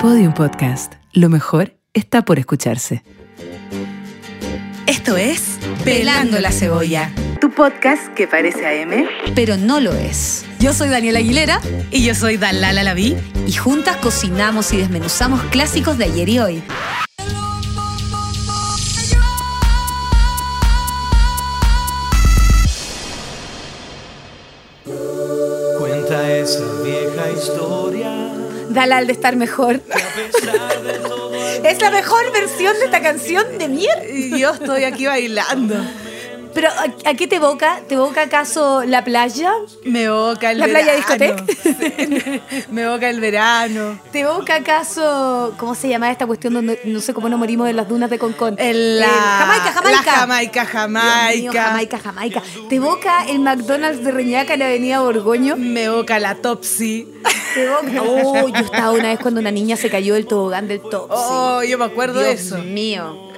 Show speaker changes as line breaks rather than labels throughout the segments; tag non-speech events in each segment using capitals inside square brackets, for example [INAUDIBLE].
Podium Podcast. Lo mejor está por escucharse.
Esto es Pelando la Cebolla,
Tu podcast que parece AM.
pero no lo es. Yo soy Daniela Aguilera
Y yo soy Dalala Laví.
y juntas cocinamos y desmenuzamos clásicos de ayer y hoy.
Cuenta esa vieja historia.
Dalal de estar mejor. [LAUGHS] es la mejor versión de esta canción de mierda.
Yo estoy aquí bailando.
Pero ¿a, a qué te evoca? ¿Te evoca acaso la playa?
Me evoca el
¿La playa
verano. Sí. Me evoca el verano.
[LAUGHS] ¿Te evoca acaso cómo se llama esta cuestión donde no sé cómo nos morimos de las dunas de Concón?
El-
Eh,
la,
Jamaica, Jamaica.
La Jamaica, Jamaica.
Dios mío, Jamaica, Jamaica. ¿Te evoca el McDonald's de Reñaca en la Avenida Borgoño?
Me evoca la Topsy.
¿Te evoca? Oh, yo estaba una vez cuando una niña se cayó del tobogán del top.
Oh, yo me acuerdo de
Dios
eso.
mío.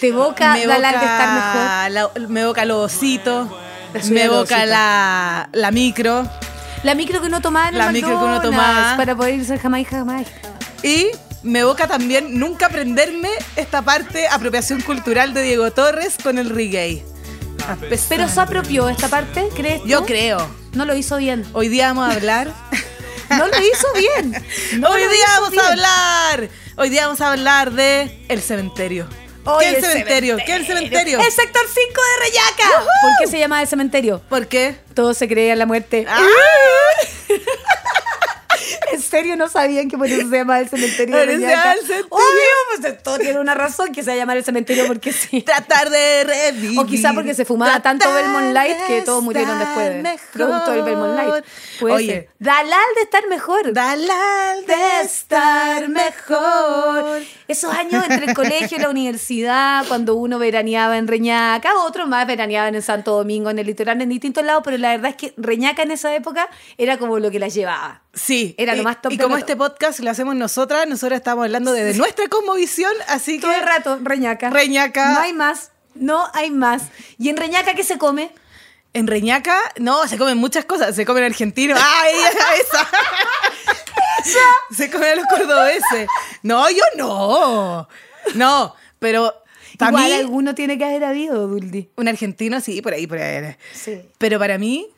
¿Te evoca Dalal de estar mejor?
la- me evoca los ositos.
La
Me
subida de los
evoca
ositos.
la, la micro.
La micro que uno tomaba en el
La micro que uno
McDonald's
tomaba.
para poder irse al Jamaica Jamaica.
Y me evoca también nunca aprenderme esta parte, apropiación cultural de Diego Torres con el reggae. A pesar-
Pero se apropió esta parte, ¿crees? tú?
yo creo.
No lo hizo bien.
Hoy día vamos a hablar.
No lo hizo
[LAUGHS]
bien. No
Hoy
lo
día
hizo
vamos
bien.
a hablar. Hoy día vamos a hablar de el cementerio.
Hoy
¿Qué es
el
el cementerio? ¿Qué es el cementerio?
El sector 5 de Reyaca. ¿Por qué se llama el cementerio?
¿Por qué?
Todo se creía en la muerte.
Ah,
[LAUGHS] En serio no sabían que por eso se llama el cementerio de
Por eso se
Reñaca.
llama el cementerio.
Obvio, pues todo tiene una razón que se llama el cementerio porque sí.
tratar de revivir.
O quizá porque se fumaba tanto
Tratar
Belmont Light que todos
de
murieron después. de-
estar
Producto del Belmont Light.
mejor.
Puede
Oye,
ser. Dalal de estar mejor.
Dalal de estar mejor.
Esos años entre el colegio y la universidad, cuando uno veraneaba en Reñaca, otro más veraneaban en Santo Domingo, en el litoral, en distintos lados, pero la verdad es que Reñaca en esa época era como lo que las llevaba.
Sí,
Era
y,
lo más top
y
de
como
lo top.
este podcast lo hacemos nosotras, nosotras estamos hablando de, de nuestra cosmovisión, así que
Todo el rato, Reñaca.
Reñaca.
No hay más, no hay más. ¿Y en Reñaca qué se come?
en Reñaca, no, se comen muchas cosas, se comen argentinos, ah, ay, esa. se comen a los cordobeses. No, yo no. No, pero para
Igual
mí
alguno tiene que haber habido, Duldi.
un argentino sí, por ahí, por ahí.
Sí.
Pero para mí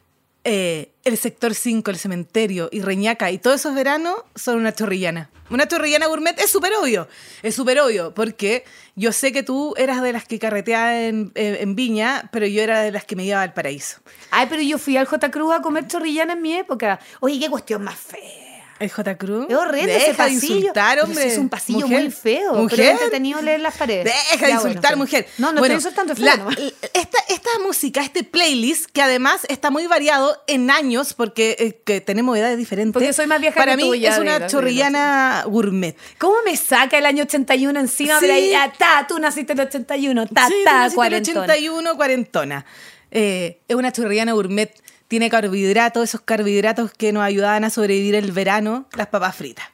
eh, el sector 5, el cementerio y Reñaca y todos esos veranos son una chorrillana. Una chorrillana gourmet es súper obvio, es súper obvio, porque yo sé que tú eras de las que carreteaba en, eh, en Viña, pero yo era de las que me iba al paraíso.
Ay, pero yo fui al J. Cruz a comer chorrillana en mi época. Oye, qué cuestión más fea.
El J. Cruz.
Es horrendo ese
Deja de
pasillo.
insultar,
Pero
hombre.
sí Es un pasillo
Mujer.
muy feo. Pero es
Mujer.
entretenido leer las paredes.
Deja de
Ya, bueno,
insultar,
filo.
mujer.
No, no
Bueno,
estoy insultando, es feo
la-
nomás.
l- esta, esta música, este playlist, que además está muy variado en años, porque eh, que tenemos edades diferentes.
Porque soy más vieja
Para
que
mí
tú ya,
es una
Dela,
chorrillana gourmet.
¿Cómo me saca el año 81 encima?
Sí.
Pero ahí, ah, ta, tú naciste en el 81, ta,
Sí,
ta,
nací en el
cuarentón.
81, cuarentona. Eh, es una chorrillana gourmet. Tiene carbohidratos, esos carbohidratos que nos ayudaban a sobrevivir el verano, las papas fritas.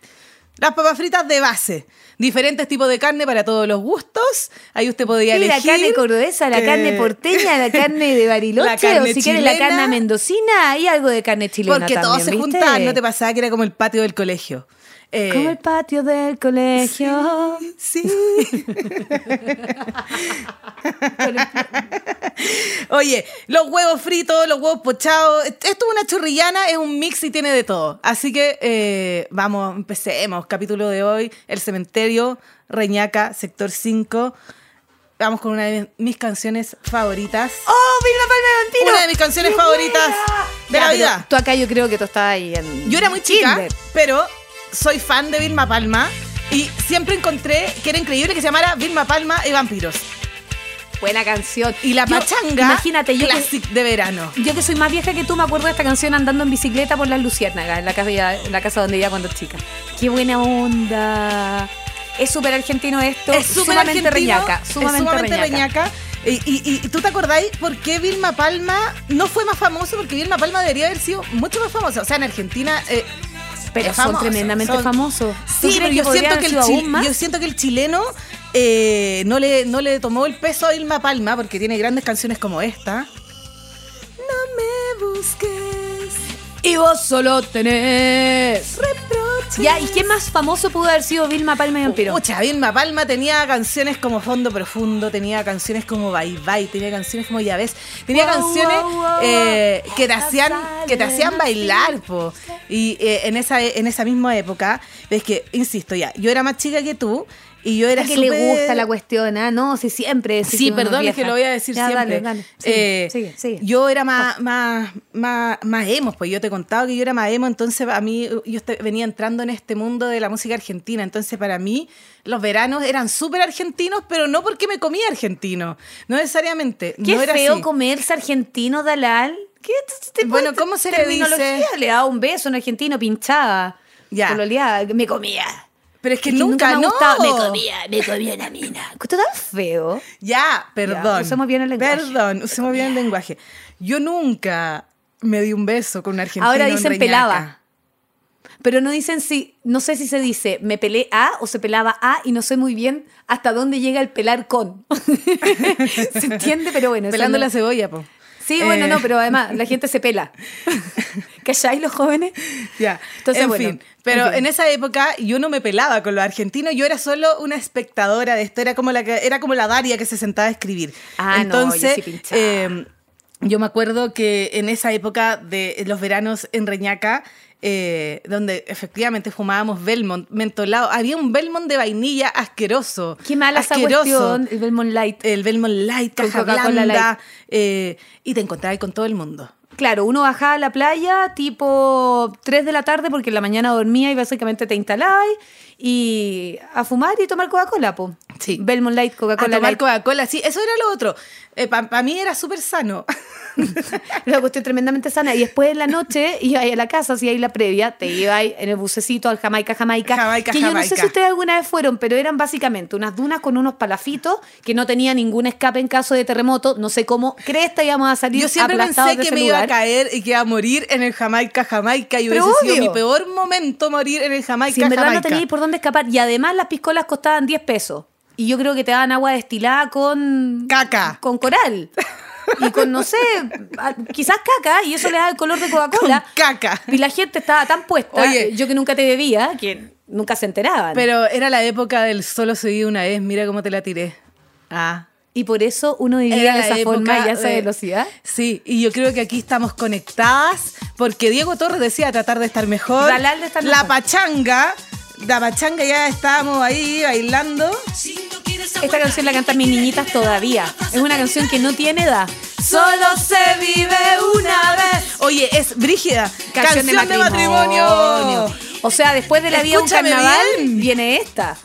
Las papas fritas de base. Diferentes tipos de carne para todos los gustos. Ahí usted podía
Sí, la
elegir.
carne cordobesa, la
eh,
carne porteña, la
[LAUGHS]
carne de Bariloche,
la carne
o si quieres la
chilena.
carne mendocina y algo de carne chilena
Porque
también,
todos se
¿viste?
juntaban, no te pasaba que era como el patio del colegio. Eh,
Como el patio del colegio.
Sí.
Con el-
[LAUGHS] Oye, los huevos fritos, los huevos pochados. Esto es una chorrillana, es un mix y tiene de todo. Así que eh, vamos, empecemos. Capítulo de hoy, El Cementerio, Reñaca, Sector 5. Vamos con una de mis canciones favoritas.
¡Oh, vi la palma de vampiro!
Una de mis canciones
¡Qué
favoritas
buena!
de
Ya,
la
pero
vida.
Tú acá yo creo que tú estabas ahí en
Yo era muy chica,
Kinder.
pero soy fan de Vilma Palma y siempre encontré que era increíble que se llamara Vilma Palma y Vampiros.
Buena canción.
Y la
Yo-
pachanga,
Imagínate, yo que,
classic de verano.
yo que soy más vieja que tú, me acuerdo de esta canción andando en bicicleta por las luciérnagas, en la casa, en la casa donde vivía cuando chica. ¡Qué buena onda! Es súper argentino esto.
es sumamente
sumamente reñaca.
es
Sumamente,
sumamente
reñaca.
reñaca. Y, y- y tú te acordáis por qué Vilma Palma no fue más famoso? Porque Vilma Palma debería haber sido mucho más famosa. O sea, en Argentina. eh,
Pero
es
son
famoso,
tremendamente
son-
famosos. ¿Tú crees
sí, pero
que
yo
podrían
siento
haber
que, el
sido
chi-
aún más?
yo siento que el chileno eh, no, le, no le tomó el peso a Vilma Palma porque tiene grandes canciones como esta. No me busques
Y vos solo tenés
reproches.
Ya, ¿y qué más famoso pudo haber sido Vilma Palma y Vampiro?
Pucha, Vilma Palma tenía canciones como Fondo Profundo, tenía canciones como Bye Bye, tenía canciones como Ya ves, tenía
Wow,
canciones
wow, wow,
eh, que te hacían,
Pasar
que te
de
hacían
noche.
bailar, po. Y eh, en, esa, en esa misma época, ves que, insisto, ya, yo era más chica que tú y yo era
que
súper-
le gusta la cuestión, ¿ah? No, sí, siempre.
Sí,
que uno
perdón,
es
es que
vieja.
lo voy a decir
Ya, Dale,
siempre.
dale. Sigue,
Eh,
sigue, sigue.
Yo era más, más, más, más emo, pues yo te he contado que yo era más emo, entonces a mí yo este- venía entrando en este mundo de la música argentina, entonces para mí los veranos eran súper argentinos, pero no porque me comía argentino, no necesariamente.
Qué
no era
feo
así.
comerse argentino, Dalal. ¿Qué t- t-
Bueno,
tipo de
¿cómo se le
terminología?
dice?
Le daba un beso a un argentino, pinchaba.
Ya.
pololeaba, me comía.
Pero es que,
Es que
nunca,
me
no.
gustaba, Me comía, me comía una mina. Esto tan feo.
Ya, perdón.
usemos bien el lenguaje.
Perdón, usemos bien el lenguaje. Yo nunca me di un beso con un argentino.
Ahora
en
dicen
Reñaca.
pelaba. Pero no dicen si, no sé si se dice me pelé a o se pelaba a y no sé muy bien hasta dónde llega el pelar con. [LAUGHS] se entiende, pero bueno. eso
Pelando
no-
la cebolla, po.
Sí, bueno,
Eh.
no, pero además la gente se [LAUGHS] pela. ¿Calláis los jóvenes?
[LAUGHS] Ya.
Entonces,
en
bueno,
fin. Pero
en
en,
fin.
esa época yo no me pelaba con los argentinos, yo era solo una espectadora de esto, era como la que, era como la Daria que se sentaba a escribir.
Ah, no, yo
Entonces,
sí pinchaba.
eh, yo me acuerdo que en esa época de los veranos en Reñaca, eh, donde efectivamente fumábamos Belmont, mentolado, había un Belmont de vainilla asqueroso.
Qué mala esa
asqueroso
cuestión, el Belmont Light.
el Belmont Light,
Con
caja
Coca-Cola
blanda, eh, y te encontrabas con todo el mundo.
Claro, uno bajaba a la playa tipo 3 de la tarde porque en la mañana dormía y básicamente te instalabas y a fumar y tomar Coca-Cola, po.
Sí.
Belmont Light,
A
Coca-Cola
tomar
Light.
Coca-Cola, sí, eso era lo otro. Para mí era
[LAUGHS]
súper sano.
Una cuestión tremendamente sana. Y después en la noche ibas a la casa, si hay la previa, te ibas en el bucecito al Jamaica, Jamaica.
Jamaica,
que yo no sé
Jamaica.
si ustedes alguna vez fueron, pero eran básicamente unas dunas con unos palafitos que no tenía ningún escape en caso de terremoto. No sé cómo cresta íbamos a salir
Yo siempre
aplastados
pensé
de ese
que me iba a
lugar.
caer y que iba a morir en el Jamaica, Jamaica. Y
Pero
hubiese sido
obvio.
mi peor momento morir en el Jamaica,
Si en verdad no
Jamaica.
teníais por dónde escapar. Y además las piscolas costaban 10 pesos. Y yo creo que te daban agua destilada con...
Caca.
Con coral. Y con, no sé, a- quizás caca. Y eso le da el color de Coca-Cola.
Con caca.
Y la gente estaba tan puesta.
Oye.
eh, Yo que nunca te bebía, que nunca se enteraban.
Pero era la época del solo se vive una vez, mira cómo te la tiré. Ah.
y por eso uno vivía
Era
de
la
esa forma
época
y a esa
de-
velocidad.
Sí, y yo creo que aquí estamos conectadas porque Diego Torres decía tratar de estar mejor.
Dalal de estar
la
mejor.
pachanga, la pachanga ya estábamos ahí bailando.
Esta canción la cantan mis niñitas todavía. Es una canción que no tiene edad. Solo se vive una vez.
Oye, es brígida. Canción, de matrimonio.
O sea, después de la vida de un
Escúchame
carnaval
bien.
viene esta.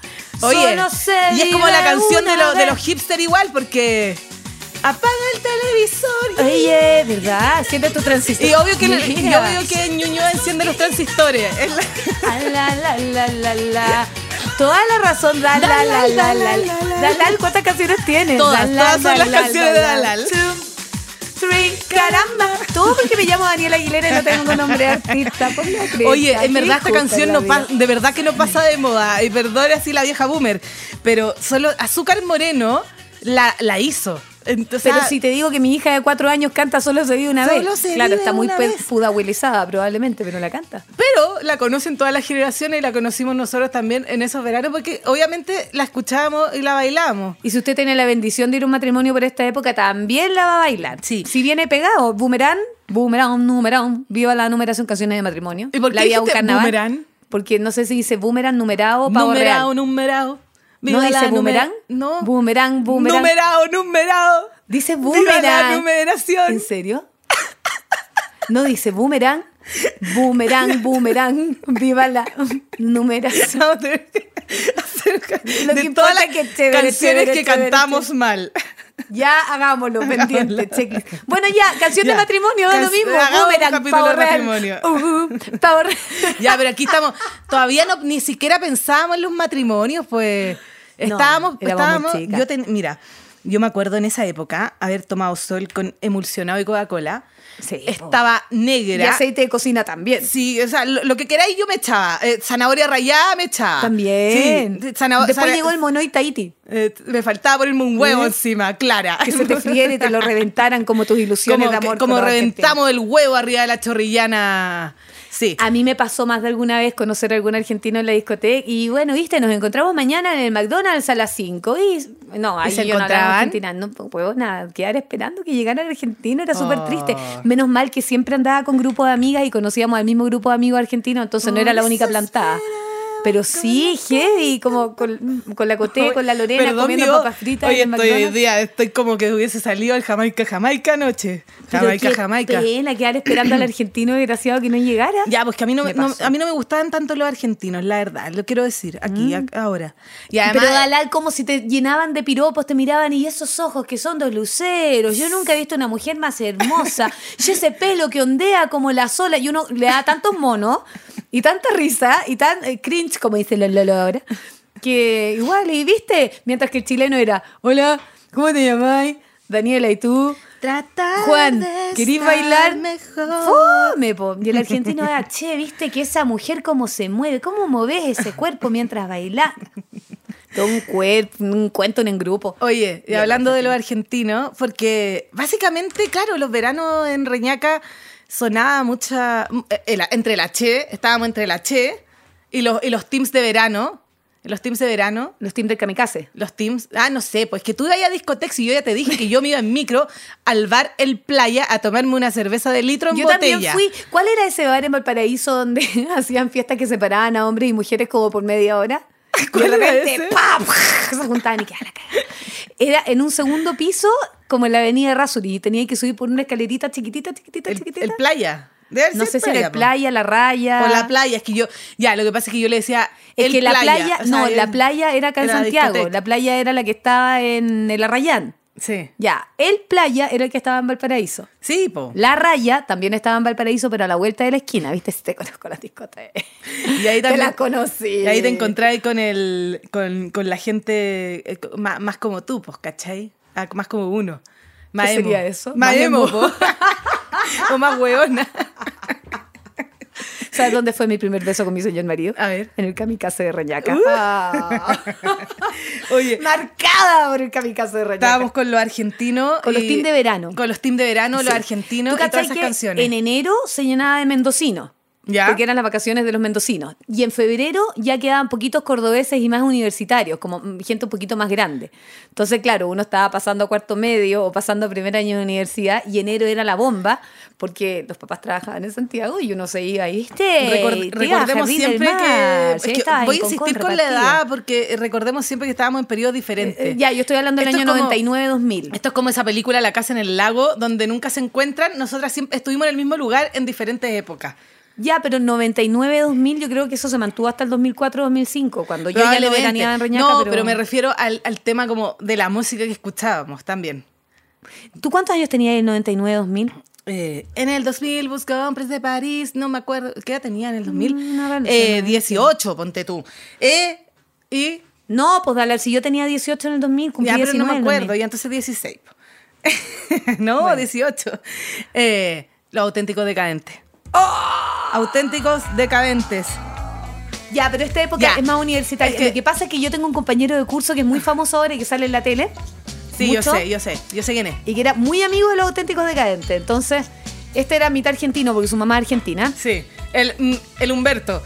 Oye,
Solo se
y es como la
vive
canción de,
una
lo- de
vez.
los hipster igual, porque apaga el televisor.
Oye, ¿verdad? Siente tu transición.
Y obvio que, le- y
Mira.
obvio que Ñuñoa enciende los transistores. Es
[LAUGHS]
la-
Ah, la, la, la, la, la. Toda la razón, da, la, la, la, la, la. Dalal, ¿cuántas canciones tienes?
Todas,
Da, la,
todas son
da,
las
la, da,
canciones de
la.
Dalal.
Three, caramba. Todo porque me llamo Daniela Aguilera y no tengo nombre de artista. Por la cresta,
Oye, en
qué
verdad esta
injusta
canción
la
no
vida.
pa- de verdad que no pasa de moda. Y perdone así la vieja boomer. Pero solo Azúcar Moreno la, la hizo. Entonces, ah,
Pero si te digo que mi hija de cuatro años canta Solo se vive una
Solo
vez.
se
claro,
vive
está muy
una
pe-
vez.
pudahuelizada probablemente, pero la canta.
Pero la conocen todas las generaciones y la conocimos nosotros también en esos veranos porque obviamente la escuchábamos y la bailábamos.
Y si usted tiene la bendición de ir a un matrimonio por esta época, también la va a bailar.
Sí.
Si viene pegado, boomerang, boomerang, numerón, viva la numeración canciones de matrimonio.
¿Y por qué
la vida de un
dijiste
carnaval.
boomerang?
Porque no sé si dice boomerang, numerado o pavo
Numerado,
real.
numerado.
¿No dice
numera-
boomerang?
No.
Boomerang, boomerang.
Numerado, numerado.
Dice
Viva la
boomerang.
numeración.
¿En serio? No dice boomerang, boomerang, boomerang, viva la numeración.
Vamos a tener que hacer ca-
Lo
de
que
todas
importa
las
es que es chévere,
canciones
chévere,
que
chévere,
cantamos mal. [LAUGHS]
Ya hagámoslo, pendiente, checklist. Bueno, ya, canción
Ya.
de matrimonio, da
Can-
lo mismo.
hagamos un
Boomerang,
capítulo
pavo
de
real.
matrimonio.
Uh, uh, pavo real.
Ya, pero aquí estamos. Todavía no, ni siquiera pensábamos en los matrimonios, pues.
No,
Estábamos,
éramos muy
estábamos.
chicas.
Yo ten- mira, yo me acuerdo en esa época haber tomado sol con emulsionado y Coca-Cola.
Sí, po.
Estaba
Y
negra.
aceite de cocina también.
Sí, o sea, lo, lo que queráis yo me echaba. Eh, zanahoria rallada me echaba.
También.
Sí, zanah-
Después
zana-
llegó el mono y Tahiti.
eh, me faltaba ponerme un huevo
¿Eh?
encima, Clara.
[LAUGHS] Que se te friera y
[LAUGHS]
te lo reventaran como tus ilusiones
como,
de amor.
como
con los
reventamos el huevo arriba de la chorrillana.
argentinos.
Sí.
A mí me pasó más de alguna vez conocer a algún argentino en la discoteca y bueno, viste, nos encontramos mañana en el McDonald's a las 5 y no, ahí
se
yo no hablaba
encontraban?
argentina, no puedo nada, quedar esperando que llegara el argentino era súper
Oh.
triste. Menos mal que siempre andaba con grupo de amigas y conocíamos al mismo grupo de amigos argentinos, entonces no era la única plantada. Pero sí, heavy, como con, con la Coté, con la Lorena
Perdón,
comiendo
Dios.
papas fritas
Hoy
en el
estoy, hoy
McDonald's.
día estoy como que hubiese salido al Jamaica, Jamaica anoche.
Pero
Jamaica,
qué
Jamaica.
pena quedar esperando al argentino desgraciado que no llegara.
Ya, pues que a mí no,
Me
no-
pasó.
a mí no me gustaban tanto los argentinos, la verdad, lo quiero decir aquí, ac- ahora. Y además,
Mm. Pero Dalal, como si te llenaban de piropos, te miraban y esos ojos que son dos luceros. Yo nunca he visto una mujer más hermosa. Y ese pelo que ondea como la sola. Y uno le da tantos monos y tanta risa y tan eh, cringe, como dice la Lola ahora. Que igual, y viste, mientras que el chileno era: Hola, ¿cómo te llamáis? Daniela, ¿y tú?
tratar
Juan,
de
¿querís
estar
bailar?
mejor.
Fome, po. Y el argentino era, che, viste que esa mujer cómo se mueve, cómo moves ese cuerpo mientras baila. Todo un cuerpo, un cuento en el grupo.
Oye, y hablando de los argentinos, porque básicamente, claro, los veranos en Reñaca sonaba mucha. eh, el- entre la Che, estábamos entre la Che y los, y los teams de verano. Los teams de verano.
Los teams del kamikaze.
Los teams. Ah, no sé, pues que tú ibas a discotecas y yo ya te dije que yo me iba en micro al bar El Playa a tomarme una cerveza de litro en
Yo
botella.
también fui. ¿Cuál era ese bar en Valparaíso donde [LAUGHS] hacían fiestas que separaban a hombres y mujeres como por media [LAUGHS] hora? Y de
¿Cuál era
repente,
ese?
¡pap! [LAUGHS] Se juntaban y quedaba la cagada. Era en un segundo piso, como en la avenida Rasuri, y tenía que subir por una escalerita chiquitita, chiquitita,
El,
chiquitita.
el Playa. Debe haber
no
sido
sé si era el
po.
playa, la raya.
O la playa, es que yo. Ya, lo que pasa es que yo le decía.
Es
el
que la playa,
o sea,
no,
el-
la playa era acá en
era
Santiago,
discoteca.
la playa era la que estaba en el Arrayán.
Sí.
Ya, el playa era el que estaba en Valparaíso.
Sí, po.
La raya también estaba en Valparaíso, pero a la vuelta de la esquina, ¿viste? Si te conozco las discotecas.
Y ahí
Te
también-
las conocí.
Y ahí te encontrás con, el, con, con la gente eh, co- má- más, como tú, pues, ¿cachai? Ah, más como uno. Más
¿Qué
emo.
sería eso? Más
Más emo,
emo.
po. [LAUGHS] o más hueona.
¿Sabes dónde fue mi primer beso con mi señor marido?
A ver.
En el kamikaze de Reñaca.
Uh.
Ah.
Oye,
[LAUGHS] Marcada por el kamikaze de Reñaca.
estábamos con los argentinos.
Con los
y-
team de verano.
Con los team de verano, los
Sí. ¿Tú
argentinos y todas
cachai
esas
que
canciones.
En enero se llenaba de mendocinos.
¿Ya?
Porque eran las vacaciones de los mendocinos. Y en febrero ya quedaban poquitos cordobeses y más universitarios, como mm, gente un poquito más grande. Entonces, claro, uno estaba pasando a cuarto medio o pasando a primer año de universidad y enero era la bomba, porque los papás trabajaban en Santiago y uno se iba, y, ¿viste?
Record-
Te ibas a
recordemos
Jardín del
siempre que,
Mar,
es
sí,
que
estabas
voy a
en Concón
insistir con la
repartida.
edad porque recordemos siempre que estábamos en periodos diferentes.
Eh, Ya, yo estoy hablando del
Esto es
año
como-
99-2000.
Esto es como esa película La casa en el lago, donde nunca se encuentran. Nosotras siempre estuvimos en el mismo lugar en diferentes épocas.
Ya, pero 99-2000 yo creo que eso se mantuvo hasta el 2004-2005, cuando yo ya lo
Probablemente.
veraneaba en Reñaca.
No, pero, me refiero al, al tema como de la música que escuchábamos también.
¿Tú cuántos años tenías en 99-2000?
Eh, en el 2000 buscó hombres de París, no me acuerdo, ¿qué edad tenía en el 2000?
Mm, no, no sé,
Eh,
no, no,
18, ponte tú. Eh, y
No, pues dale, si yo tenía 18 en el 2000, cumplí
ya, pero
19
no
en
me
el
acuerdo,
2000.
y entonces 16. po. [LAUGHS] no, 18. Eh, los auténticos decadentes.
¡Oh!
Auténticos decadentes.
Ya, pero esta época
Ya.
es más universitaria.
Es que-
Lo que pasa es que yo tengo un compañero de curso que es muy famoso ahora y que sale en la tele.
Sí, yo
mucho,
sé, yo sé, yo sé quién es.
Y que era muy amigo de los auténticos decadentes. Entonces, este era mitad argentino porque su mamá es argentina.
Sí, el, mm, el Humberto.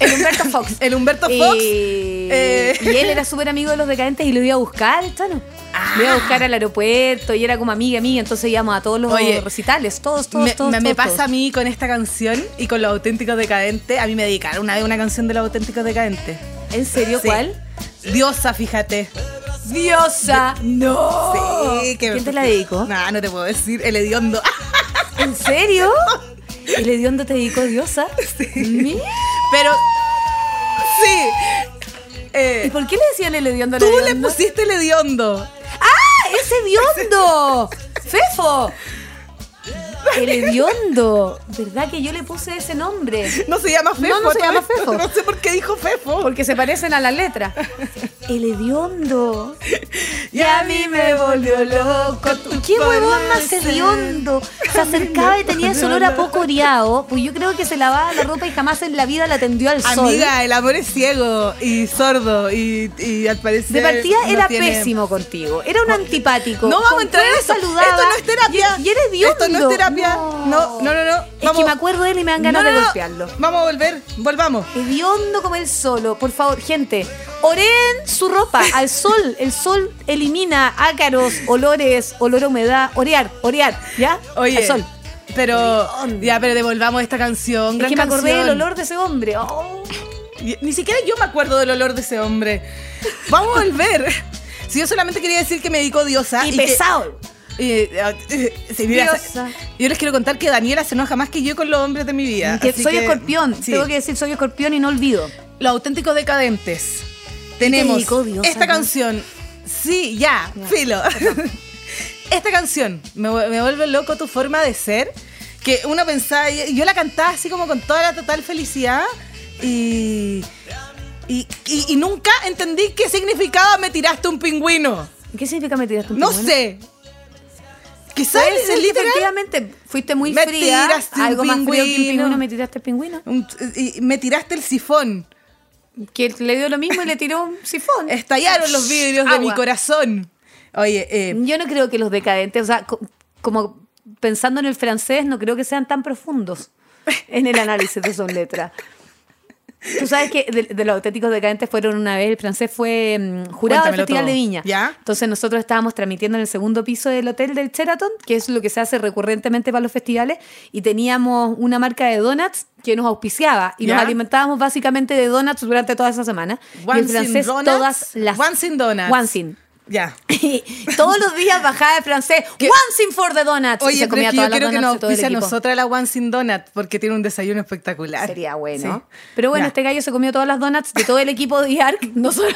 El Humberto Fox.
[LAUGHS] El Humberto
Y-
Fox. eh.
Y él era súper amigo de los decadentes y lo iba a buscar, Chano. Lo
Ah.
iba a buscar al aeropuerto y era como amiga, amiga. Entonces íbamos a todos los
Oye,
recitales, todos, todos,
Me,
todos.
me- me
todos,
pasa a
todos.
mí con esta canción y con los auténticos decadentes. A mí me dedicaron una vez una canción de los auténticos decadentes.
¿En serio
Sí.
cuál?
Diosa, fíjate.
Diosa. No.
Sí, que-
¿Quién te la dedicó?
Nah, no te puedo decir. El hediondo. Ah,
¿En serio?
[LAUGHS]
¿El hediondo te dedicó diosa? Sí.
Pero. Sí. Eh,
¿Y por qué le decían el hediondo al
tú le
hediondo?
pusiste el hediondo.
¡Ah, ¡Es
[LAUGHS]
hediondo! ¡Fefo! El hediondo. ¿Verdad que yo le puse ese nombre?
No se llama Fefo.
No, no se
todo
llama
esto.
Fefo.
[LAUGHS] No sé por qué dijo Fefo.
Porque se parecen a la [LAUGHS]
[LAUGHS]
letra. El hediondo. Y a mí me volvió loco tu qué huevón más hediondo se acercaba y tenía ese olor a poco oreado? Pues yo creo que se lavaba la ropa y jamás en la vida la atendió al sol.
Amiga, el amor es ciego y sordo y, y al parecer.
De partida
eh, no
era
tiene-
pésimo contigo. Era un antipático.
No vamos
Con
a entrar en
cueva
eso.
saludaba
Esto no es terapia.
Y, y eres
Esto no es terapia. No, no, no. no.
Es que me acuerdo de él y me dan ganas
No, no,
de
no.
golpearlo.
Vamos a volver. Volvamos.
Hediondo como el solo. Por favor, gente, oreen su ropa al sol. El sol elimina ácaros, olores, olor a humedad. Orear, orear, ¿ya?
Oye.
Al sol.
Pero. Ya, pero devolvamos esta canción.
Es
gran
que me acordé
canción.
del olor de ese hombre. Oh.
Y- Ni siquiera yo me acuerdo del olor de ese hombre. Vamos
[LAUGHS]
a volver. Si yo solamente quería decir que me dedico diosa.
y
Ah, que-
pesado.
y, eh, eh, sí, mira,
Diosa.
yo les quiero contar que Daniela se enoja más que yo con los hombres de mi vida.
Que
así
soy
que-
escorpión.
sí.
Tengo que decir, soy escorpión y no olvido.
Los auténticos decadentes. Tenemos
dedicó Dios
esta
a mí?
canción. Sí, ya,
Ya.
filo. [LAUGHS] esta canción, me, vu- me vuelve loco tu forma de ser. Que uno pensaba, yo, yo la cantaba así como con toda la total felicidad y, y, y- y nunca entendí qué significaba me tiraste un pingüino.
¿Qué significa me tiraste un
No
pingüino?
sé. Quizás
Puede ser que
literal
efectivamente fuiste muy
Me
fría.
tiraste un
algo más frío que un
pingüino.
pingüino. Me tiraste el pingüino.
un- y me tiraste el sifón.
Que le dio lo mismo y le tiró un sifón.
Estallaron los vidrios de mi
Agua. Mm.
corazón. Oye, eh,
Yo no creo que los decadentes, o sea, co- como pensando en el francés, no creo que sean tan profundos en el análisis de sus letras. Tú sabes que de, de los auténticos decadentes fueron una vez, el francés fue mm, jurado del
Cuéntamelo
Festival
todo.
de Viña.
¿Ya?
Entonces nosotros estábamos transmitiendo en el segundo piso del hotel del Sheraton, que es lo que se hace recurrentemente para los festivales, y teníamos una marca de donuts que nos auspiciaba y
¿Ya?
nos alimentábamos básicamente de donuts durante toda esa semana. y el
Once in
francés
donuts,
todas las...
once in donuts.
Once in.
ya.
Y [LAUGHS] todos los días bajaba de francés. One thing for the donuts. y
Oye,
se
pero es
comía
que yo
todas las
quiero que
donuts
nos
de todo el
auspicie a
equipo.
nosotras la One Sin Donut porque tiene un desayuno espectacular.
Sería bueno.
Sí.
Pero bueno,
Ya.
este gallo se comió todas las donuts de todo el equipo de [LAUGHS] IARC, nosotros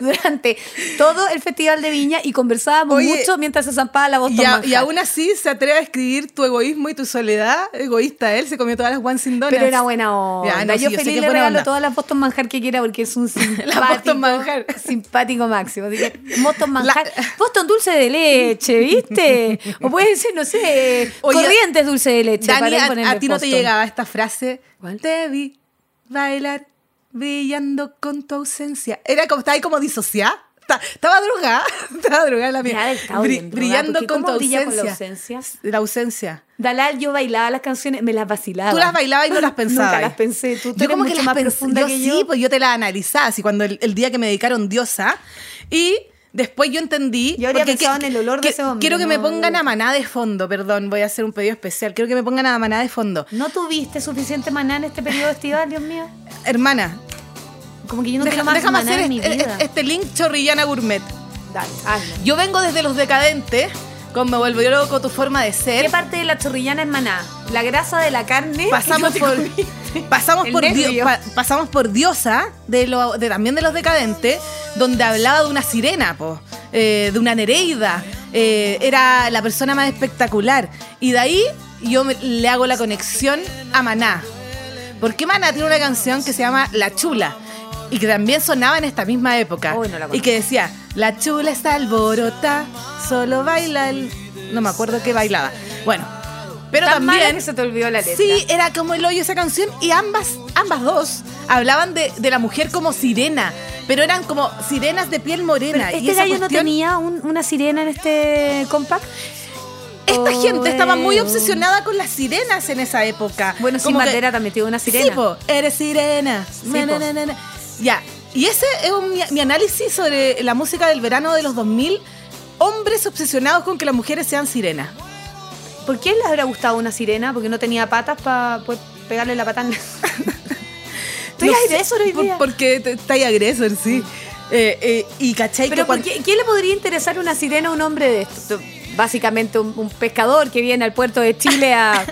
durante todo el festival de Viña y conversábamos
Oye,
mucho mientras se zampaba la voz
Y, a- y aún así se atreve a escribir tu egoísmo y tu soledad. Egoísta él, se comió todas las One Sin Donuts.
Pero era buena onda.
Ya, Ah, no, sí,
yo
yo sé
feliz
que es
le
buena
regalo
onda.
todas las Boston Manjar que quiera porque
[LAUGHS]
es un simpático,
Boston Manjar.
simpático máximo. Así que Boston Manjar, Boston dulce de leche, ¿viste? O puede ser, no sé,
[LAUGHS] Oye,
corrientes dulce de leche.
Dani,
para
a-
ir
a,
ponerle
ti no te
Boston.
llegaba esta frase.
¿Cuál?
Te vi bailar brillando con tu ausencia. Era como, estaba ahí como disociada. Está- Estaba drogada, [LAUGHS] estaba drogada la mía.
Ya estaba bien drogada,
brillando
porque
con tu
¿cómo brilla
ausencia.
con la
La ausencia.
Dalal, yo bailaba las canciones, me las vacilaba.
Tú las bailabas y no las pensabas.
Ah, [LAUGHS] Nunca las pensé. Tú, tú eres mucho más
pensé-
profunda
yo
que
sí,
yo.
pues yo te las analizaba, así cuando el, el día que me dedicaron diosa. Y después yo entendí.
Yo habría
porque
pensado en el olor de ese hombre,
Quiero que me
no.
pongan a maná de fondo, perdón, voy a hacer un pedido especial. Quiero que me pongan a maná de fondo.
¿No tuviste suficiente maná en este periodo estival, Dios mío?
Hermana,
Como que yo no
deja-
quiero más
déjame
maná
hacer
en mi
este,
vida.
este link chorrillana gourmet.
Dale, hazlo.
Yo vengo desde los decadentes, con me volvió loco tu forma de
¿Qué
ser.
parte de la chorrillana es maná? ¿La grasa de la carne?
[LAUGHS] pasamos
¿Y no
por
te comiste?
pasamos
El
por
nervio.
Dio- pa- pasamos por diosa de lo, de también de los decadentes donde hablaba de una sirena po, eh, de una nereida eh, era la persona más espectacular y de ahí yo me- le hago la conexión a maná porque Maná tiene una canción que se llama La Chula y que también sonaba en esta misma época.
Uy, no la conozco.
y que decía, La Chula está alborota, solo baila el... No me acuerdo qué bailaba. Bueno, pero
Tan mala
también...
que se te olvidó la letra.
Sí, era como el hoyo esa canción y ambas, ambas dos hablaban de, de la mujer como sirena, pero eran como sirenas de piel
Pero
morena. y
¿Este
esa
gallo no
cuestión-
tenía un- una sirena en este compact?
Esta gente estaba muy
Oh.
obsesionada con las sirenas en esa época.
Bueno, sin
Como que-
bandera también tiene una sirena.
Sí, po, eres sirena. Na,
po.
na, na, na. Ya, y ese es un- mi, mi análisis sobre la música del verano de los 2000. Hombres obsesionados con que las mujeres sean sirenas.
¿Por qué les habrá gustado una sirena? Porque no tenía patas para poder pegarle la pata
[LAUGHS]
en la... Estoy
No sé,
agresor hoy
por-
día.
Porque te- está ahí agresor, sí. Eh, eh, y cachai que
Pero ¿por
cuando-
qué, ¿qué le podría interesar una sirena a un hombre de esto? Básicamente un, un pescador que viene al puerto de Chile
[LAUGHS]
a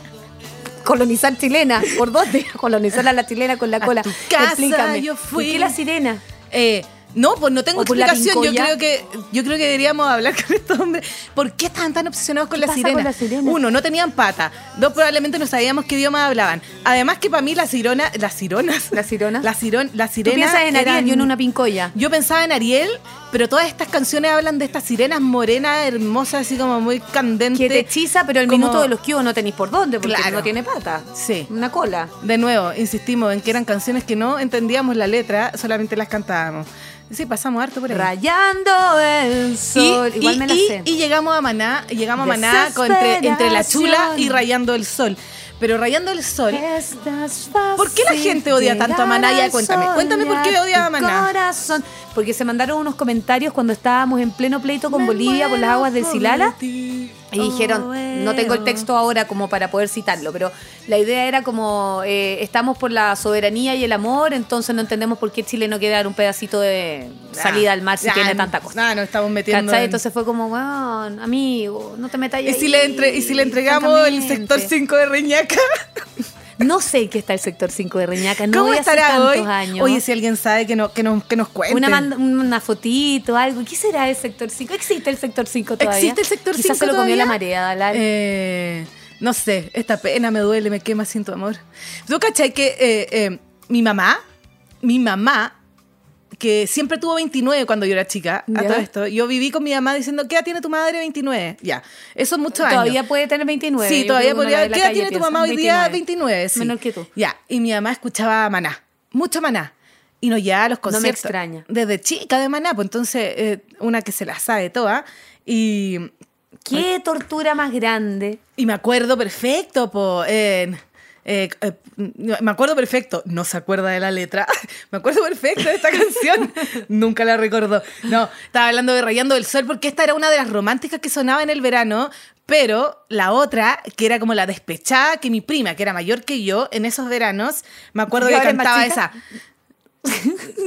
colonizar chilena. ¿Por dónde? Colonizar a la chilena con la
A
cola.
tu casa
Explícame.
yo
¿Por
fui.
qué la sirena?
Eh, No, pues no tengo
O por la
explicación. Yo
pincoya.
creo que yo creo que deberíamos hablar [LAUGHS] con estos hombres. ¿Por qué estaban tan obsesionados con la,
pasa
sirena?
con la sirena?
Uno, no tenían pata. Dos, probablemente no sabíamos qué idioma hablaban. Además que para mí las sirona, las sironas,
¿Las sironas?
las sirón, las
Tú
sirenas.
piensas en Ariel,
eran-
yo en una pincoya.
Yo pensaba en Ariel, pero todas estas canciones hablan de estas sirenas morenas, hermosas, así como muy candentes.
Que te hechiza, pero el
como-
minuto de los kios no tenéis por dónde, porque
Claro.
no tiene pata.
Sí.
Una cola.
De nuevo, insistimos en que eran canciones que no entendíamos la letra, solamente las cantábamos. Sí, pasamos harto por ahí.
Rayando el sol.
Y-
Igual
y-
me la
y-
sé.
Y llegamos a Maná, llegamos a Maná con- entre, entre la chula y
Desesperación.
rayando el sol. Pero rayando el sol,
Estás fácil
¿Por qué la gente odia tanto a Maná? Ya,
llegar al
cuéntame.
sol
Cuéntame por qué
y a
odia a
tu
Maná.
corazón. Porque se mandaron unos comentarios cuando estábamos en pleno pleito con Bolivia por las aguas del Silala. Y
Oh,
dijeron, no tengo el texto ahora como para poder citarlo, pero la idea era como, eh, estamos por la soberanía y el amor, entonces no entendemos por qué Chile no quiere dar un pedacito de salida al mar si
Ah,
tiene
ah,
tanta cosa.
Ah, no, estamos metiendo.
¿Cachai?
en-
Entonces fue como, weón, amigo, no te metas
¿Y si, le entre- y si le entregamos el sector 5 de Reñaca,
No sé en qué está el sector 5 de Reñaca, no
¿cómo
voy a hacer
estará
tantos
hoy?
años.
Oye, si alguien sabe que, no, que, nos, que nos cuente.
una, manda- una fotito, algo. ¿Qué será el sector 5? ¿Existe el sector 5 todavía?
¿Existe el sector 5
Quizás se lo comió
todavía?
la marea, Dalal.
Eh, no sé, esta pena me duele, me quema, siento amor. ¿Tú cachai que eh, eh, mi mamá, mi mamá, que siempre tuvo 29 cuando yo era chica, a
Ya.
todo esto, yo viví con mi mamá diciendo, ¿qué edad tiene tu madre? 29. Ya, eso es mucho años.
todavía puede tener 29.
Sí,
Yo
todavía
creo que uno la ve
podría.
en la
¿Qué edad
calle,
tiene tu
piensa,
mamá hoy día? 29. sí.
Menor que tú.
Ya, y mi mamá escuchaba a Maná, mucho Maná. Y nos llevaba a los
me
conciertos.
extraña.
Desde chica de Maná, pues entonces, eh, una que se la sabe toda. Y,
¿Qué tortura más grande?
y me acuerdo perfecto, po, en- eh, eh, me acuerdo perfecto, no se acuerda de la letra, [LAUGHS] me acuerdo
[LAUGHS]
perfecto de esta canción, nunca la recordó. No, estaba hablando de Rayando del Sol porque esta era una de las románticas que sonaba en el verano, pero la otra, que era como la despechada, que mi prima, que era mayor que yo, en esos veranos, me acuerdo
¿Y
que
ahora es más
cantaba
chica?
esa.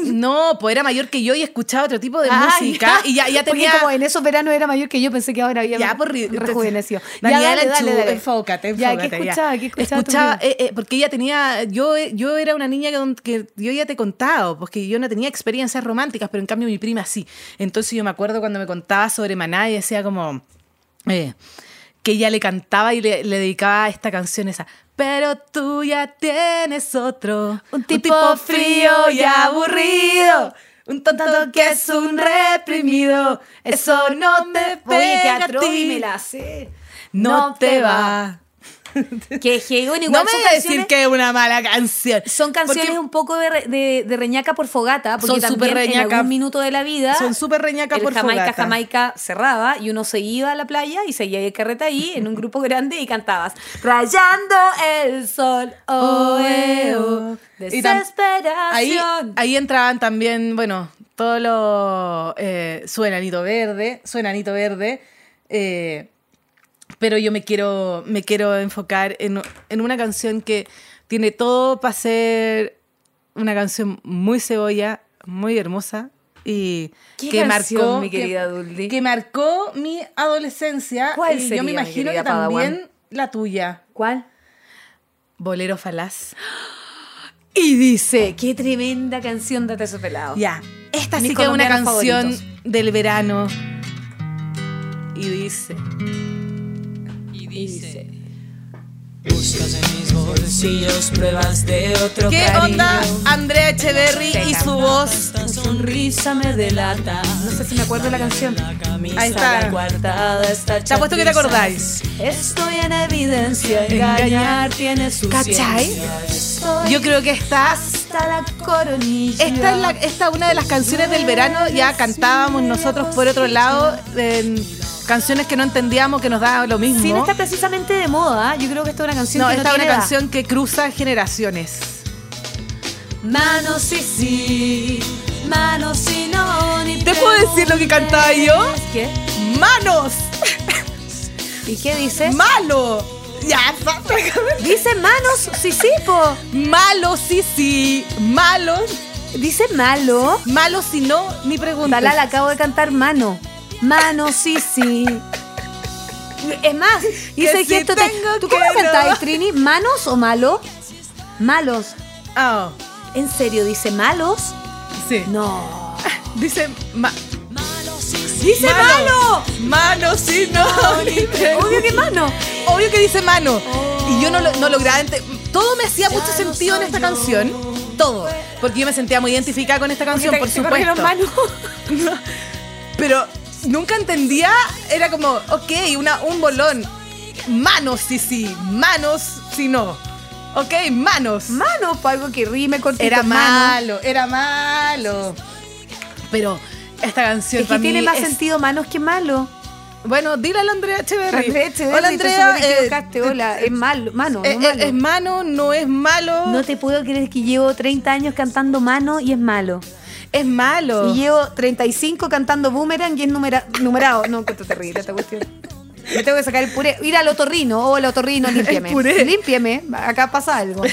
No, pues era mayor que yo y escuchaba otro tipo de
Ah,
música y ya, ya
Porque
tenía...
como en esos veranos era mayor que yo, pensé que ahora había
Ya, por ri-
pues, rejuveneció. Ya,
Daniela,
dale, dale,
enchu-
dale.
enfócate,
Ya, ¿qué
enfócate, ya.
escuchaba? ¿Qué escuchaba tu
Escuchaba,
prima?
eh, eh, porque ella tenía, yo, yo era una niña que, don- que yo ya te he contado, porque yo no tenía experiencias románticas, pero en cambio mi prima sí. Entonces yo me acuerdo cuando me contaba sobre Maná y decía como, eh, que ella le cantaba y le, le dedicaba esta canción esa. Pero tú ya tienes otro.
Un tipo frío y aburrido.
Un tonto que es un reprimido. Eso no te pega
Oye, qué
a
atroz, y
ti.
me la sé.
No, te va.
Que Hegon
No
igual
me
son
voy a decir
canciones-
que es una mala canción.
Son canciones
Porque
un poco de, re- de- de reñaca por fogata, porque
Son
también
súper
en
reñaca.
algún minuto de la vida.
Son súper reñaca
el
por
Jamaica,
fogata.
Jamaica cerraba y uno se iba a la playa y seguía de carreta ahí en un grupo grande y cantabas Rayando el sol, oh, eh, oh,
Y tam- Ahí,
desesperación.
ahí entraban también, bueno, todo lo. Eh, su enanito verde, su enanito verde. eh, pero yo me quiero, me quiero enfocar en, en una canción que tiene todo para ser una canción muy cebolla, muy hermosa y
¿Qué
que
canción,
marcó
mi
que-
querida Dulce?
que marcó mi adolescencia
¿Cuál
y
sería,
yo me
mi
imagino
querida
que también
Padawan?
la tuya,
¿Cuál?
Bolero falaz.
Y dice, qué tremenda canción de Teso Pelado.
Ya, esta
Mis
sí que es una
colombianos
canción
favoritos.
del verano. Y dice,
Buscas en mis bolsillos pruebas de otro
¿qué
cariño.
onda Andrea Echeverry y su voz?
Tu sonrisa me delata.
No sé si me acuerdo la canción.
La camisa
Ahí está.
la guardada está
Te apuesto que te
chapiza.
acordáis.
Estoy en evidencia, engañar tiene su
¿Cachai? Yo creo que esta,
Hasta la coronilla.
esta es la- esta es una de las canciones del verano. Ya cantábamos nosotros por otro lado en canciones que no entendíamos que nos daban lo mismo.
Sí, no está precisamente de moda. ¿ah? Yo creo que esta es una canción
no,
que no
esta es una
tiene edad.
canción que cruza generaciones.
Manos y sí, manos y no. Ni
¿Te puedo decir lo que cantaba yo?
preguntes ¿Qué?
¡Manos!
¿Y qué dices?
¡Malo! Ya, [LAUGHS] sácame.
dice manos, sí, sí, po.
Malo, sí, sí. Malo.
Dice malo.
Malo, si no, ni pregunta.
Talal, acabo de cantar mano. Manos, sí, sí. Es más, hice el
si
gesto. te-
tengo
¿Tú
que
cómo cantabas,
robar.
Trini? ¿Manos o malo? Malos.
Ah,
¿En serio dice malos?
sí. [LAUGHS]
No.
Dice. ma-
¡Dice mano!
Mano, sí, no. ni
Obvio que
pregunto.
mano.
Obvio que dice mano.
Oh.
Y yo no, lo- no lograba. ente- Todo me hacía mucho sentido en esta canción. Todo. Porque yo me sentía muy identificada con esta canción,
Te-
por
te corrieron
supuesto.
mano.
Pero nunca entendía. Era como, ok, una, un bolón. Manos, sí, sí. Manos, sí, no. Ok, manos.
Mano, fue algo que rime con
era malo, era malo. Pero esta canción
Es que
para
tiene
mí
más
es-
sentido manos que malo.
Bueno, dile a la Andrea Echeverry.
Andrea Echeverri,
Hola,
tú seguro
Andrea.
que
eh,
equivocaste, hola, es malo, mano, no
eh, eh,
malo.
Es mano, no es malo.
No te puedo creer que llevo 30 años cantando mano y es malo.
Es malo.
Y llevo 35 cantando boomerang y es numera- numerado. No, encuentro terrible esta cuestión. Me tengo que sacar el puré. Ir al otorrino. Hola,
[LAUGHS]
otorrino, límpiame.
puré.
Límpiame. Acá pasa
[LAUGHS]
algo.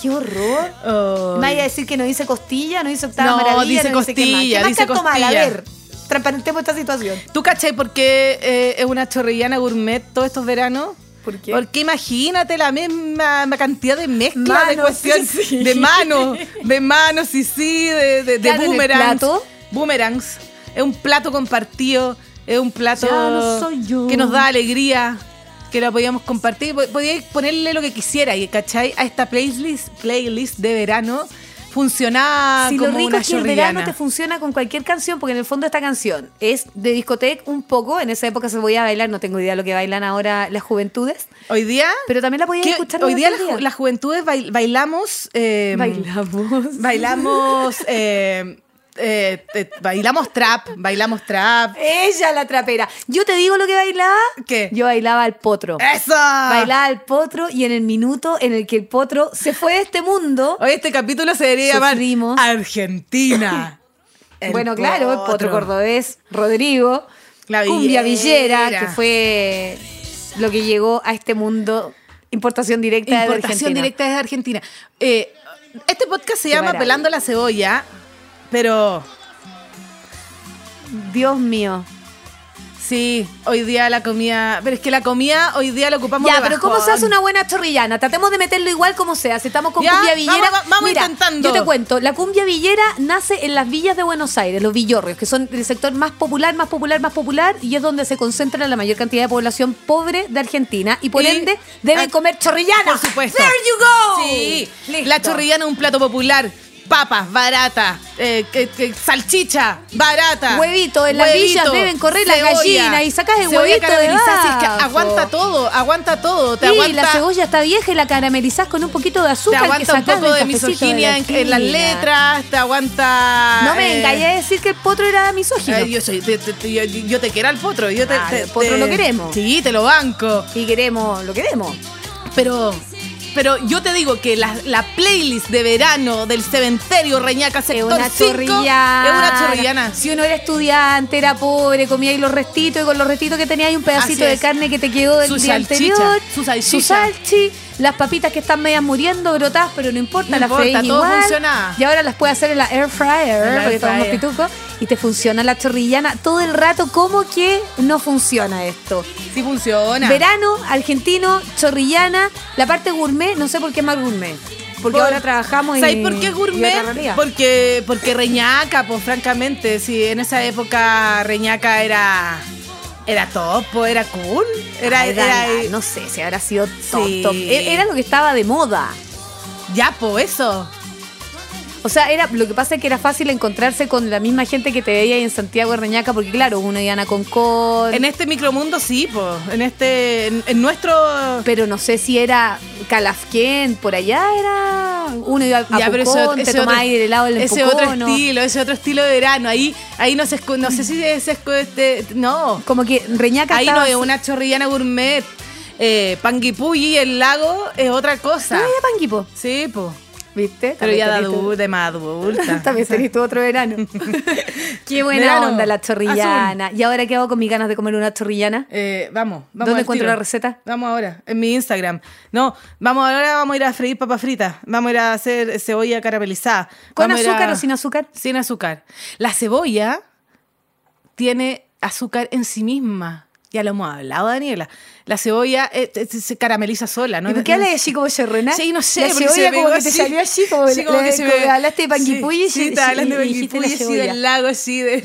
¡Qué horror!
Oh.
Me vaya a decir que no dice costilla, no dice octava
No,
maravilla,
dice
no dice qué más.
costilla,
¿Qué más
dice
canto mal? A
costilla.
ver, transparentemos esta situación.
¿Tú cachai por qué eh, es una chorrillana gourmet todos estos veranos?
¿Por qué?
Porque imagínate la misma cantidad de mezcla de
Manos,
cuestión
sí, [LAUGHS] sí.
de manos, de manos, sí, sí, de, de, de
Claro, en el
boomerangs.
plato.
Boomerangs. Es un plato compartido, es un plato
Ya no soy yo.
que nos da alegría, que lo podíamos compartir. Po- Podíais ponerle lo que quisiera, y, ¿cachai? A esta playlist, playlist de verano funcionaba
Si
Ah, como
lo rico
una
es que el
chorrillana.
verano te funciona con cualquier canción, porque en el fondo esta canción es de discoteca un poco. En esa época se podía bailar, no tengo idea lo que bailan ahora las juventudes.
Hoy día...
Pero también la podías
¿Qué?
escuchar
hoy día
durante
las
el
ju- las juventudes bail- bailamos eh,
Bailamos.
bailamos eh, eh, te- bailamos trap bailamos trap
Ella la trapera. Yo te digo lo que bailaba.
¿Qué?
Yo bailaba al potro.
eso
Bailaba al potro y en el minuto en el que el potro se fue de este mundo.
hoy este capítulo se debería
Sufrimos. [LAUGHS]
llamar Argentina El
bueno, claro, el potro cordobés, Rodrigo,
La
Cumbia
Villera.
Villera, que fue lo que llegó a este mundo. Importación directa de
importación
Argentina.
directa desde Argentina Eh, este podcast se
Qué
llama
maravilla.
pelando la cebolla pero
Dios mío.
sí hoy día la comida pero es que la comida hoy día la ocupamos
ya,
de
pero ¿cómo se hace
bajón.
una buena chorrillana? Tratemos de meterlo igual como sea. Si estamos con
Ya,
cumbia villera.
vamos- vamos
Mira,
intentando.
Yo te cuento, la cumbia villera nace en las villas de Buenos Aires, los villorrios, que son el sector más popular, más popular, más popular, y es donde se concentra la mayor cantidad de población pobre de Argentina. Y por
Y-
ende, deben
ah,
comer chorrillana.
Por supuesto.
There you go.
Sí.
Listo.
La chorrillana es un plato popular. Papas, barata. eh, que- que- salchicha, barata.
Huevito, en las villas deben correr las gallinas y sacas el
cebolla
huevito
caramelizada, si es que
debajo.
aguanta todo, aguanta todo. Te
y
aguanta,
la cebolla está vieja y la caramelizás con un poquito de
te
azúcar que
aguanta un
sacás
poco
del
de
cafecito
misoginia
la
en, en las
esquina.
letras, te aguanta.
No me
eh,
engañes a decir que el potro era misógino.
eh, yo, soy, te, te- te- yo, yo te quiero al potro. Yo te,
Ah,
te-
el potro
te-
lo queremos.
Sí, te lo banco.
y queremos lo queremos.
Pero, pero yo te digo que la, la playlist de verano del cementerio Reñaca
Es
Sector
una
5
chorrillana.
es una chorrillana.
Si uno era estudiante, era pobre, comía ahí los restitos y con los restitos que tenía hay un
Así
pedacito de
es.
carne que te quedó del
Su
día
salchicha,
anterior.
su salchicha.
salchi, las papitas que están medias muriendo, brotadas, pero no importa,
No
las
importa,
freís
todo
igual.
funciona.
Y ahora las puedes hacer en la air fryer,
En la
porque
air
somos
fryer.
pitucos, y te funciona la chorrillana todo el rato. ¿Cómo que no funciona esto?
Sí funciona.
Verano, argentino, chorrillana, la parte gourmet, no sé por qué es más gourmet. Porque
Por-
ahora trabajamos y.
¿Sabes por qué
y otra
gourmet?
realidad.
Porque, porque Reñaca, pues francamente, si en esa época Reñaca era era top, pues, era cool, era,
Ay, ah,
era,
gala, no sé si habrá sido top,
Sí.
top. E- Era lo que estaba de moda.
ya po eso.
O sea, era lo que pasa es que era fácil encontrarse con la misma gente que te veía ahí en Santiago de Reñaca, porque claro, uno iba a Ana Concord,
En este micromundo sí, pues, en este en, en nuestro
pero no sé si era Calafquén, por allá era uno iba a
Ya, ah, pero ese,
Pucón, te
ese
tomaba
otro,
ahí del helado del
ese
Pucón,
otro
¿no?
estilo, ese otro estilo de verano. Ahí, ahí no se escu- no sé si se escu- este, no.
Como que Reñaca
Ahí
estaba
no es
así-
una chorrillana gourmet. Eh, Panguipulli, el lago, es otra cosa.
Ah, ya, Panguipo,
Sí, po.
¿viste?
Pero
También
ya de,
tenés tu-
adu- de más
[LAUGHS]
adulta.
También tenés tu otro verano.
[LAUGHS]
Qué buena
Verano,
onda la chorrillana. ¿Y ahora qué hago con mis ganas de comer una chorrillana?
Eh, vamos, vamos.
¿Dónde
al
encuentro
tiro.
la receta?
Vamos ahora, en mi Instagram. No, vamos ahora, vamos a ir a freír papas fritas. Vamos a ir a hacer cebolla caramelizada.
¿Con
Vamos a ir
azúcar
a-
o sin azúcar?
Sin azúcar. La cebolla tiene azúcar en sí misma. Ya lo hemos hablado, Daniela. La cebolla eh, eh, se carameliza sola, ¿no?
¿Y por qué hablas así como serrena?
Sí, no sé.
La
porque
cebolla
se me
como
pegó
que te
así.
salió así, como,
Sí,
la- la-
se
como
me-
hablaste de Panguipulli y
Sí, sí,
se-
te hablas de
y dijiste la
Panguipulli, sí,
cebolla.
del lago, sí,
[LAUGHS]
de...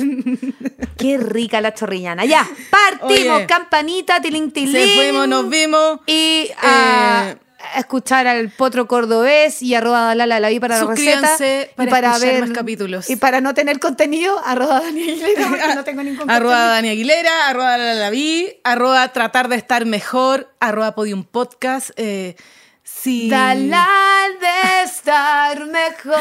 Qué rica la chorrillana.
[LAUGHS]
Ya, partimos,
Oye.
campanita, tiling, tiling.
[LAUGHS] Se fuimos, nos Eh, vimos.
Y a, a escuchar al Potro Cordobés y arroba Dalala la vi para la receta.
Suscríbanse para
y para
escuchar
ver
más capítulos.
Y para no tener contenido, arroba Dani Aguilera, porque [LAUGHS]
[LAUGHS]
no tengo ningún
Arroba
contenido.
Dani Aguilera, arroba la Laví, arroba tratar de estar mejor, arroba podium podcast. Eh, sí.
Dalal de estar mejor.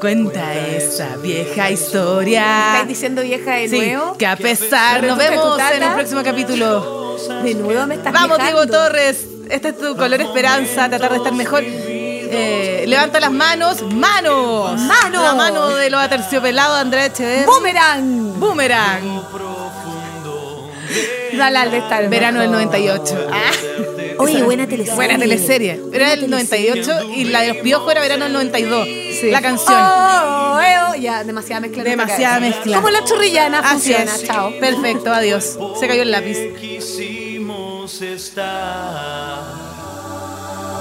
Cuenta esa vieja historia.
¿Estás diciendo vieja de
Ah. Sí,
nuevo?
que a pesar, nos
¿Pero tú
vemos
tata?
en un próximo capítulo.
De nuevo me estás
Vamos,
dejando.
Diego Torres. Este es tu color esperanza, tratar de estar mejor. Eh, levanta las manos, manos.
Manos.
La mano de los aterciopelados, Andrea Echeverría.
¡Boomerang!
Boomerang.
Dalal de estar
Verano del 98. Ah.
Oye, buena teleserie.
Buena teleserie. Era el 98 y la de los piojos era verano del 92. La canción.
Oh, oh, oh, oh. Ya, demasiada mezcla. en nuestra
Demasiada
cabeza.
mezcla.
Como la chorrillana
Así
funciona.
es.
Chao.
Perfecto, adiós. Se cayó el lápiz.
quisimos estar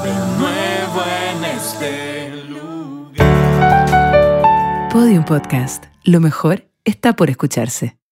de nuevo en este lugar.
Podium Podcast. Lo mejor está por escucharse.